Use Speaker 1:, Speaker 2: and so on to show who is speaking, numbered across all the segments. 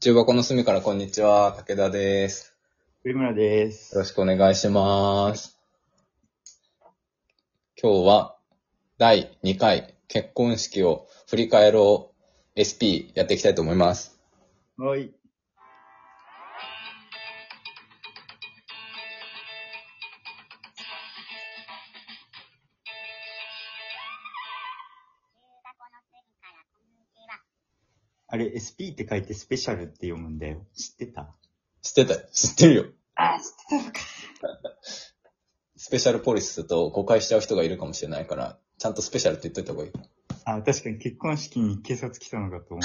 Speaker 1: 中箱の隅からこんにちは、武田です。
Speaker 2: 栗村です。
Speaker 1: よろしくお願いします。今日は第2回結婚式を振り返ろう SP やっていきたいと思います。
Speaker 2: はい。あれ、SP って書いてスペシャルって読むんだよ。知ってた
Speaker 1: 知ってた知ってるよ。
Speaker 2: あ、知ってたのか。
Speaker 1: スペシャルポリスと誤解しちゃう人がいるかもしれないから、ちゃんとスペシャルって言っといた方がいい。
Speaker 2: あ、確かに結婚式に警察来たの かと思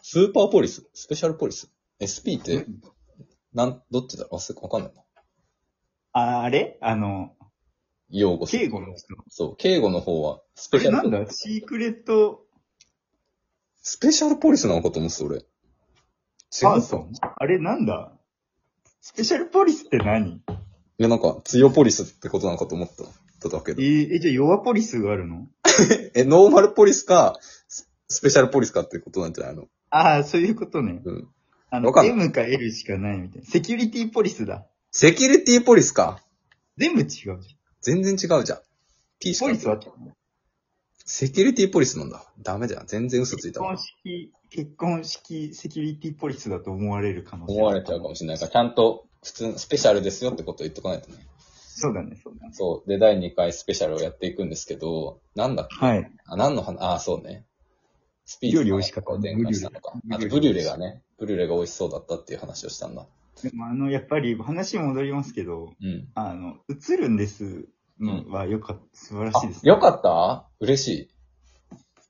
Speaker 1: スーパーポリススペシャルポリス ?SP って、なん、どっちだろう忘れわかんないな。
Speaker 2: う。あ、あれあの、
Speaker 1: 用語。
Speaker 2: 警護の人。
Speaker 1: そう、警護の方は、ス
Speaker 2: あ
Speaker 1: ペシ
Speaker 2: れ
Speaker 1: ャル
Speaker 2: なんだシークレット
Speaker 1: スペシャルポリスなのかと思ってた、俺。違
Speaker 2: パー
Speaker 1: う
Speaker 2: ソンあれなんだスペシャルポリスって何
Speaker 1: いや、なんか、強ポリスってことなのかと思った、ただけ
Speaker 2: え
Speaker 1: ど。
Speaker 2: ー、え、じゃあ弱ポリスがあるの
Speaker 1: え、ノーマルポリスか、ススペシャルポリスかってことなんじゃないの
Speaker 2: ああ、そういうことね。
Speaker 1: うん。
Speaker 2: あ
Speaker 1: わ
Speaker 2: の
Speaker 1: か、んない
Speaker 2: M か L しかないみたいな。セキュリティポリスだ。
Speaker 1: セキュリティポリスか。
Speaker 2: 全部違うじゃん。
Speaker 1: 全然違うじゃん。P しか
Speaker 2: ポリスは結
Speaker 1: セキュリティポリスなんだ。ダメじゃん。全然嘘ついたわ
Speaker 2: 婚。式、結婚式セキュリティポリスだと思われる可能性。
Speaker 1: 思われちゃうかもしれないから、ちゃんと、普通のスペシャルですよってことを言っとかないとね。
Speaker 2: そうだね、そうだね。
Speaker 1: そう。で、第2回スペシャルをやっていくんですけど、なんだっけ
Speaker 2: はい。
Speaker 1: あ、何の話ああ、そうね。スピーチ
Speaker 2: 料理美味しかった
Speaker 1: を展開したのか。あ
Speaker 2: ブリュレ
Speaker 1: と、ブリュレがね、ブリュレが美味しそうだったっていう話をしたんだ。
Speaker 2: でもあの、やっぱり話戻りますけど、
Speaker 1: うん。
Speaker 2: あの、映るんですのはよかった、素晴らしいです、
Speaker 1: よかった嬉しい。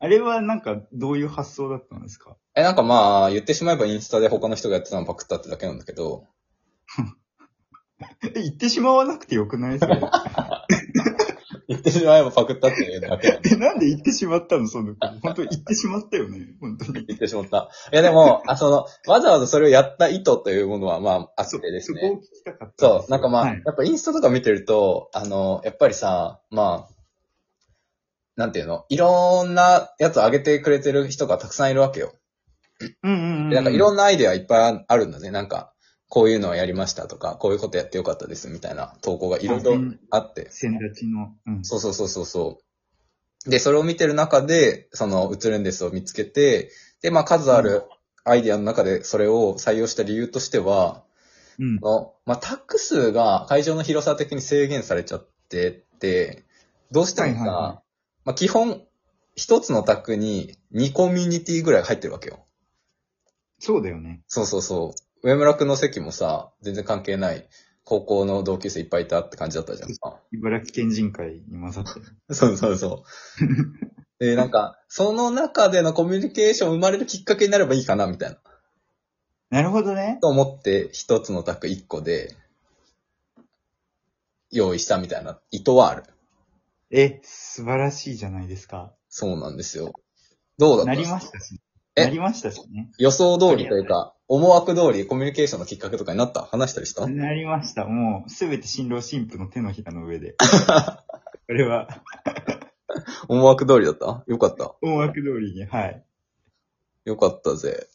Speaker 2: あれはなんか、どういう発想だったんですか
Speaker 1: え、なんかまあ、言ってしまえばインスタで他の人がやってたのパクったってだけなんだけど、
Speaker 2: え、言ってしまわなくてよくないで すか
Speaker 1: 言ってしまえばパクったっていうだけなん だ。
Speaker 2: え、なんで言ってしまったのその、本当に言ってしまったよね、本当に。
Speaker 1: 言ってしまった。いやでも、あ、その、わざわざそれをやった意図というものはまあ、あっ
Speaker 2: そ
Speaker 1: てです
Speaker 2: そ
Speaker 1: ね。
Speaker 2: こを聞きたかったです。
Speaker 1: そう、なんかまあ、
Speaker 2: はい
Speaker 1: やっぱインスタとか見てると、あの、やっぱりさ、まあ、なんていうのいろんなやつ上げてくれてる人がたくさんいるわけよ。
Speaker 2: うんうんうん。
Speaker 1: でなんかいろんなアイデアいっぱいあるんだね。なんか、こういうのをやりましたとか、こういうことやってよかったですみたいな投稿がいろいろあって。
Speaker 2: 先立ちの。うん。
Speaker 1: そうそうそうそうそう。で、それを見てる中で、その、映るんですを見つけて、で、まあ、数あるアイデアの中でそれを採用した理由としては、
Speaker 2: うん。
Speaker 1: の、まあ、タック数が会場の広さ的に制限されちゃってて、どうしてもさ、
Speaker 2: はいはいは
Speaker 1: まあ、基本、一つのタックに2コミュニティぐらい入ってるわけよ。
Speaker 2: そうだよね。
Speaker 1: そうそうそう。上村くんの席もさ、全然関係ない高校の同級生いっぱいいたって感じだったじゃんか。
Speaker 2: 茨城県人会に混ざって。
Speaker 1: そうそうそう。 で、なんか、その中でのコミュニケーション生まれるきっかけになればいいかな、みたいな。
Speaker 2: なるほどね。
Speaker 1: と思って、一つのタック1個で、用意したみたいな意図はある。
Speaker 2: え、素晴らしいじゃないですか。
Speaker 1: そうなんですよ。どうだった
Speaker 2: なん
Speaker 1: で
Speaker 2: り
Speaker 1: すか
Speaker 2: ましたし。
Speaker 1: え
Speaker 2: なりましたしね。
Speaker 1: 予想通りというか、思惑通りコミュニケーションのきっかけとかになった話したりした
Speaker 2: なりました。もう、すべて新郎新婦の手のひらの 上で。これは、
Speaker 1: 思惑通りだったよかった。
Speaker 2: 音楽通りに、はい。
Speaker 1: よかったぜ。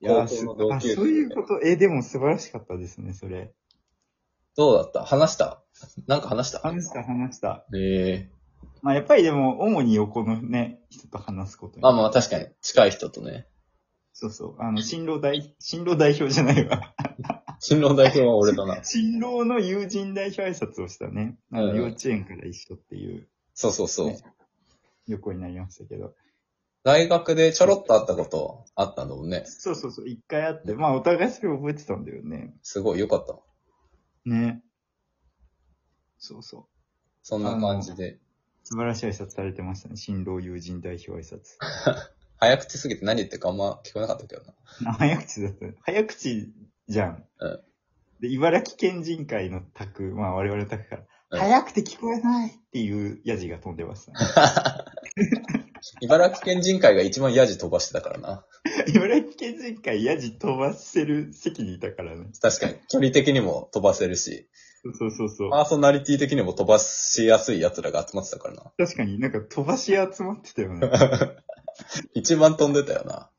Speaker 2: いやー
Speaker 1: 高校
Speaker 2: す
Speaker 1: の同級
Speaker 2: あ、そう
Speaker 1: 生
Speaker 2: いうこと。え、でも素晴らしかったですね、それ。
Speaker 1: どうだった話したなんか話した
Speaker 2: 話した、話した。
Speaker 1: ええ
Speaker 2: まあ、やっぱりでも、主に横のね、人と話すことに。
Speaker 1: まあまあ確かに、近い人とね。
Speaker 2: そうそう。あの、新郎代、新郎代表じゃないわ。。
Speaker 1: 新郎代表は俺だな
Speaker 2: 新郎の友人代表挨拶をしたね。あ
Speaker 1: う
Speaker 2: の
Speaker 1: ん
Speaker 2: 幼稚園から一緒っていう
Speaker 1: そうそうそう。
Speaker 2: 旅行になりましたけど。
Speaker 1: 大学でちょろっと会ったことあったんだもんね。
Speaker 2: そうそうそう、一回会って、まあお互いそれ覚えてたんだよね。
Speaker 1: すごいよかった。
Speaker 2: ね。そうそう。
Speaker 1: そんな感じで。
Speaker 2: 素晴らしい挨拶されてましたね。新郎友人代表挨拶。
Speaker 1: 早口すぎて何言ってるかあんま聞こえなかったけどな。
Speaker 2: 早口だったね。早口じゃん。
Speaker 1: うん
Speaker 2: で、茨城県人会の宅、まあ我々の宅から、
Speaker 1: うん
Speaker 2: 早くて聞こえないっていうヤジが飛んでました、ね。
Speaker 1: 茨城県人会が一番ヤジ飛ばしてたからな。
Speaker 2: 茨城県人会ヤジ飛ばせる席にいたからね。
Speaker 1: 確かに、距離的にも飛ばせるし、
Speaker 2: そうそうそう。
Speaker 1: パーソナリティ的にも飛ばしやすい奴らが集まってたから
Speaker 2: 確かに なんか飛ばし集まってたよね。
Speaker 1: な。一番飛んでたよな。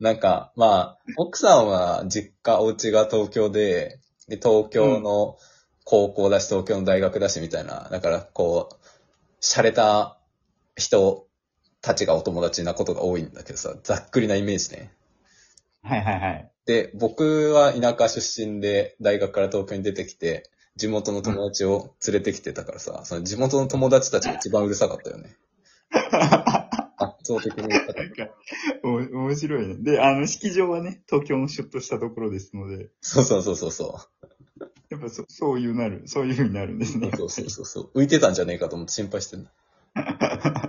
Speaker 1: なんか、まあ、奥さんは実家、お家が東京で、で、東京の高校だし、東京の大学だし、みたいな。だから、こう、洒落た人たちがお友達なことが多いんだけどさ、ざっくりなイメージね。
Speaker 2: はいはいはい。
Speaker 1: で、僕は田舎出身で、大学から東京に出てきて、地元の友達を連れてきてたからさ、その地元の友達たちが一番うるさかったよ ね。圧倒的にうるさかった。
Speaker 2: お面白いね。で、あの、式場はね、東京のシュッとしたところですので、
Speaker 1: そうそうそうそうそう。
Speaker 2: やっぱそそういうなる、そういう風になるんですね。
Speaker 1: そうそうそうそう。浮いてたんじゃねえかと思って心配してんだ。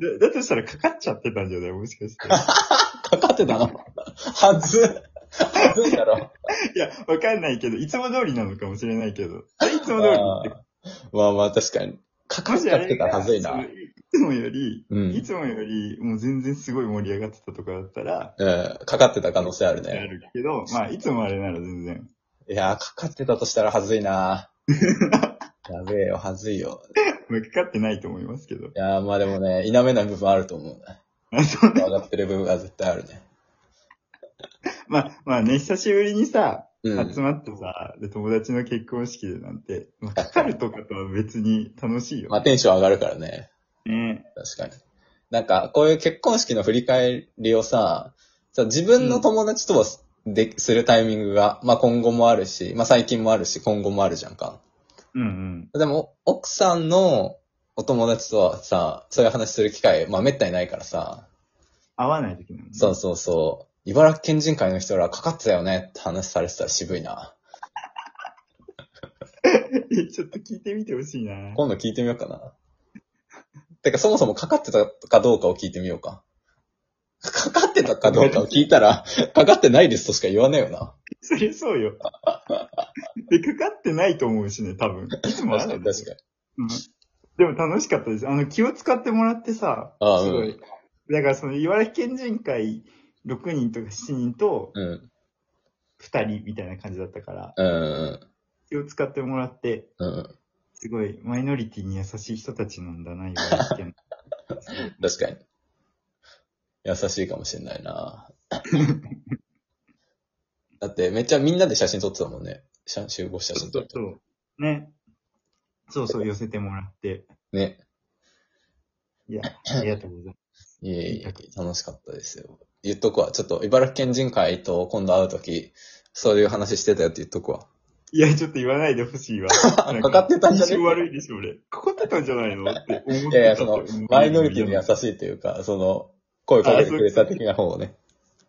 Speaker 2: だだとしたらかかっちゃってたんじゃないもしかして。
Speaker 1: かかってたのはず。はずいだろ。
Speaker 2: いや、わかんないけど、いつも通りなのかもしれないけど。いつも通りって。
Speaker 1: まあまあ確かに。かかっちゃってたらはずい
Speaker 2: その
Speaker 1: な。
Speaker 2: いつもより、
Speaker 1: う
Speaker 2: い
Speaker 1: ん。
Speaker 2: つもより、もう全然すごい盛り上がってたとかだったら、
Speaker 1: うん。かかってた可能性ある
Speaker 2: あ
Speaker 1: ね。
Speaker 2: るけど、まあ、いつもあれなら全然。
Speaker 1: いやー、かかってたとしたらはずいな。 やべえよ、はずいよ。
Speaker 2: まあかかってないと思いますけど。
Speaker 1: いやー、まあでもね、否めない部分あると思う。
Speaker 2: あそう
Speaker 1: 上がってる部分は絶対あるね。
Speaker 2: まあ、まあね、久しぶりにさ、
Speaker 1: うん
Speaker 2: 集。まってさ、で、友達の結婚式でなんて、まあ、かかるとかとは別に楽しいよ
Speaker 1: ま。あテンション上がるからね。
Speaker 2: ね。
Speaker 1: 確かに。なんか、こういう結婚式の振り返りをさ、さ自分の友達とはすで、するタイミングが、まあ今後もあるし、まあ最近もあるし、今後もあるじゃんか。
Speaker 2: うんうん。
Speaker 1: でも、奥さんのお友達とはさ、そういう話する機会、まあ滅多にないからさ、
Speaker 2: 合わない時なの、ね。
Speaker 1: そうそうそう、茨城県人会の人らかかってたよねって話されてたら渋いな。
Speaker 2: え ちょっと聞いてみてほしいな。
Speaker 1: 今度聞いてみようかな。てか、そもそもかかってたかどうかを聞いてみようか。かかってたかどうかを聞いた ら、かかってないですとしか言わないよな。
Speaker 2: そりゃそう よ。で、かかってないと思うしね、多分。いつもあ
Speaker 1: 確か
Speaker 2: る
Speaker 1: に
Speaker 2: で
Speaker 1: 確
Speaker 2: す
Speaker 1: か
Speaker 2: よ
Speaker 1: に。
Speaker 2: うんでも楽しかったです。あの、気を使ってもらってさ、
Speaker 1: ああ
Speaker 2: すごい。だからその、茨城県人会6人とか7人と
Speaker 1: うん。
Speaker 2: 2人みたいな感じだったから、
Speaker 1: うん。うん
Speaker 2: 気を使ってもらって、
Speaker 1: うん。うん。
Speaker 2: すごい、マイノリティに優しい人たちなんだな、茨城県。
Speaker 1: 確かに。優しいかもしれない な。だって、めっちゃみんなで写真撮ってたもんね。写集合写真 撮って。
Speaker 2: そう。ね。そうそう、寄せてもらって。
Speaker 1: ね。
Speaker 2: いや、ありがとうございます。
Speaker 1: いえいえ、楽しかったですよ。言っとくわ。ちょっと、茨城県人会と今度会うとき、そういう話してたよって言っとくわ。
Speaker 2: いや、ちょっと言わないでほし いわ。
Speaker 1: かかってたんじゃね
Speaker 2: 印象悪いでしょ、俺。かかってたんじゃないのって思ってた。
Speaker 1: いやいや、その、マイノリティに優し
Speaker 2: しい。
Speaker 1: いというか、その、声かけてくれた的な方をね。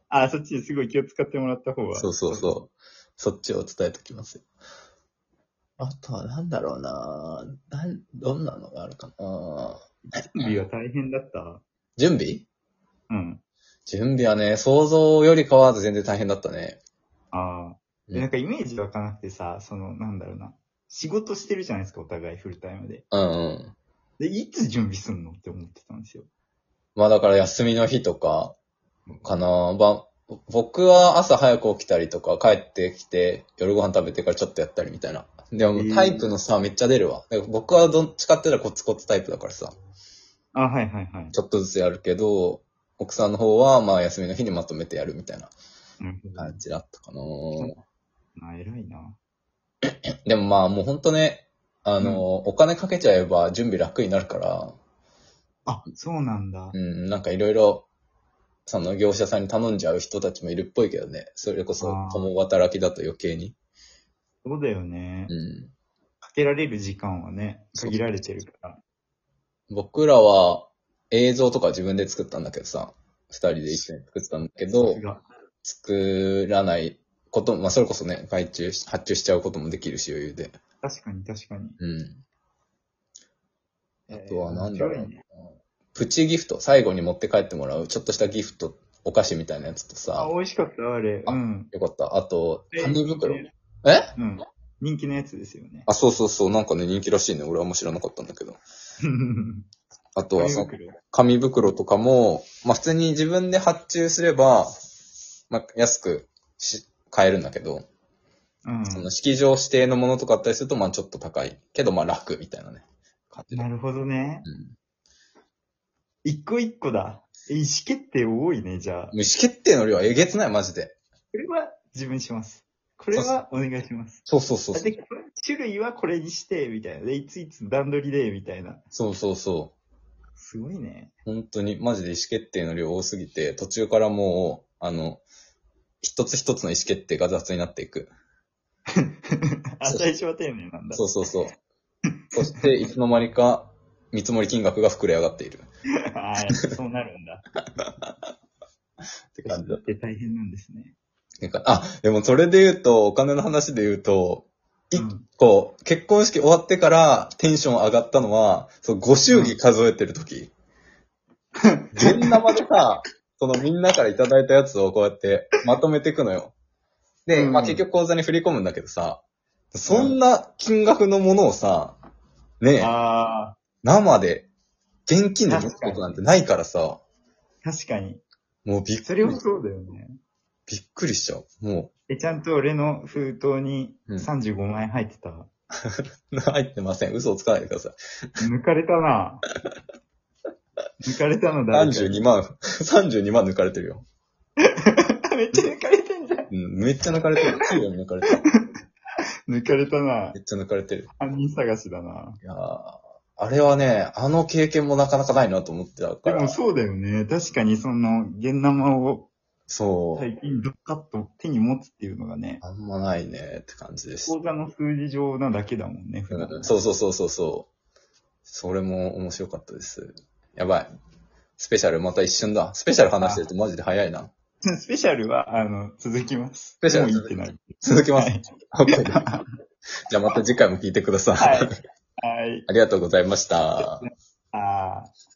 Speaker 2: あ、そっちにすごい気を使ってもらった方は。
Speaker 1: そうそうそう。そっちを伝えときますよ。あとはなんだろうななん、どんなのがあるかな
Speaker 2: 準備は大変だった。
Speaker 1: 準備
Speaker 2: うん。
Speaker 1: 準備はね、想像よりかは全然大変だったね。
Speaker 2: ああ。
Speaker 1: うん
Speaker 2: で、なんかイメージ湧かなくてさ、その、なんだろうな。仕事してるじゃないですか、お互いフルタイムで。
Speaker 1: うんうん。
Speaker 2: で、いつ準備すんのって思ってたんですよ。
Speaker 1: まあだから休みの日とか、かなば、僕は朝早く起きたりとか、帰ってきて、夜ご飯食べてからちょっとやったりみたいな。でも
Speaker 2: えー
Speaker 1: タイプの差めっちゃ出るわ。だから僕はどっちかって言ったらコツコツタイプだからさ。
Speaker 2: あ、はいはいはい。
Speaker 1: ちょっとずつやるけど、奥さんの方は、まあ、休みの日にまとめてやるみたいな
Speaker 2: なるほど。
Speaker 1: 感じだったかな、
Speaker 2: あ、偉いな。
Speaker 1: でもまあ、もうほんとね、あの、お金かけちゃえば準備楽になるから、
Speaker 2: あ、そうなんだ。
Speaker 1: うん、なんかいろいろ、その業者さんに頼んじゃう人たちもいるっぽいけどね。それこそ
Speaker 2: あ、ー
Speaker 1: 共働きだと余計に。
Speaker 2: そうだよね
Speaker 1: う。ん。
Speaker 2: かけられる時間はね、
Speaker 1: そう
Speaker 2: 限られてるから。
Speaker 1: 僕らは、映像とか自分で作ったんだけどさ、二人で一緒に作ってたんだけど
Speaker 2: さす、が
Speaker 1: 作らないことも、まあ、それこそね、外注し、発注しちゃうこともできるし、余裕で。
Speaker 2: 確かに確かに。
Speaker 1: うん。
Speaker 2: あ
Speaker 1: とはなんだろうなプチギフト、最後に持って帰ってもらう、ちょっとしたギフト、お菓子みたいなやつと
Speaker 2: あ、
Speaker 1: さ、
Speaker 2: 美味しかった、あれ。うん。
Speaker 1: よかった。あと、紙袋。え
Speaker 2: うん。人気のやつですよ ね。
Speaker 1: あ、そうそうそう、なんかね、人気らしいね。俺はあんま知らなかったんだけど。あとは
Speaker 2: 紙
Speaker 1: さ、
Speaker 2: 袋
Speaker 1: 紙袋とかも、まあ、普通に自分で発注すれば、まあ、安くし、買えるんだけど、
Speaker 2: うん。
Speaker 1: その式場指定のものとかあったりすると、まあ、ちょっと高い。けど、まあ、楽みたいなね。感じで
Speaker 2: なるほどね。
Speaker 1: うん
Speaker 2: 一個一個だ。え意思決定多いね、じゃあ。
Speaker 1: 意思決定の量えげつない、マジで。
Speaker 2: これは自分します。これはお願いします。
Speaker 1: そうそうそうそう。
Speaker 2: で、これ種類はこれにして、みたいな。で、いついつ段取りで、みたいな。
Speaker 1: そうそうそう。
Speaker 2: すごいね。
Speaker 1: 本当に、マジで意思決定の量多すぎて、途中からもう、あの、一つ一つの意思決定が雑になっていく。
Speaker 2: あ、最初は丁寧なんだ。
Speaker 1: そうそうそう。そして、いつの間にか、見積もり金額が膨れ上がっている。
Speaker 2: ああ、そうなる んだ。
Speaker 1: って感じだ。
Speaker 2: で、大変なんですね。
Speaker 1: なんかあ、でもそれで言うと、お金の話で言うと、一
Speaker 2: うん
Speaker 1: 個、結婚式終わってからテンション上がったのは、そう、ご祝儀数えてる時。現生でさ、そのみんなからいただいたやつをこうやってまとめていくのよ。で、
Speaker 2: うん
Speaker 1: まあ結局口座に振り込むんだけどさ、そんな金額のものをさ、ねえ、
Speaker 2: ああ、
Speaker 1: 生で、現金で持つことなんてないからさ、
Speaker 2: 確かに。
Speaker 1: もうびっ
Speaker 2: そ
Speaker 1: くり
Speaker 2: れも、そうだよね。
Speaker 1: びっくりしちゃう。も
Speaker 2: え、ちゃんと俺の封筒に
Speaker 1: うん
Speaker 2: 35万円入ってた。
Speaker 1: う、 入ってません。嘘をつかないでください。
Speaker 2: 抜かれたな抜かれたのだ。
Speaker 1: 32万、32万抜かれてるよ。
Speaker 2: めっちゃ抜かれてんじゃん。
Speaker 1: うん、めっちゃ抜かれてる。給料に抜かれてる。
Speaker 2: 抜かれたな
Speaker 1: めっちゃ抜かれてる。
Speaker 2: 犯人探しだない
Speaker 1: やーあれはね、あの経験もなかなかないなと思ってたか
Speaker 2: でも
Speaker 1: ら。
Speaker 2: そうだよね。確かにその、現生を
Speaker 1: そう。
Speaker 2: 最近ドッカッと手に持つっていうのがね、
Speaker 1: あんまないねって感じです。
Speaker 2: 口座の数字上なだけだもんね、普段
Speaker 1: うんそうそうそうそうそう。それも面白かったです。やばい。スペシャルまた一瞬だ。スペシャル話してるとマジで早いな。
Speaker 2: スペシャルは、あの、続きます。ス
Speaker 1: ペシャル
Speaker 2: もういいってなる。
Speaker 1: 続きます
Speaker 2: はい。
Speaker 1: OK じゃあ また次回も聞いてください。
Speaker 2: はい。はい。
Speaker 1: ありがとうございました。
Speaker 2: あー。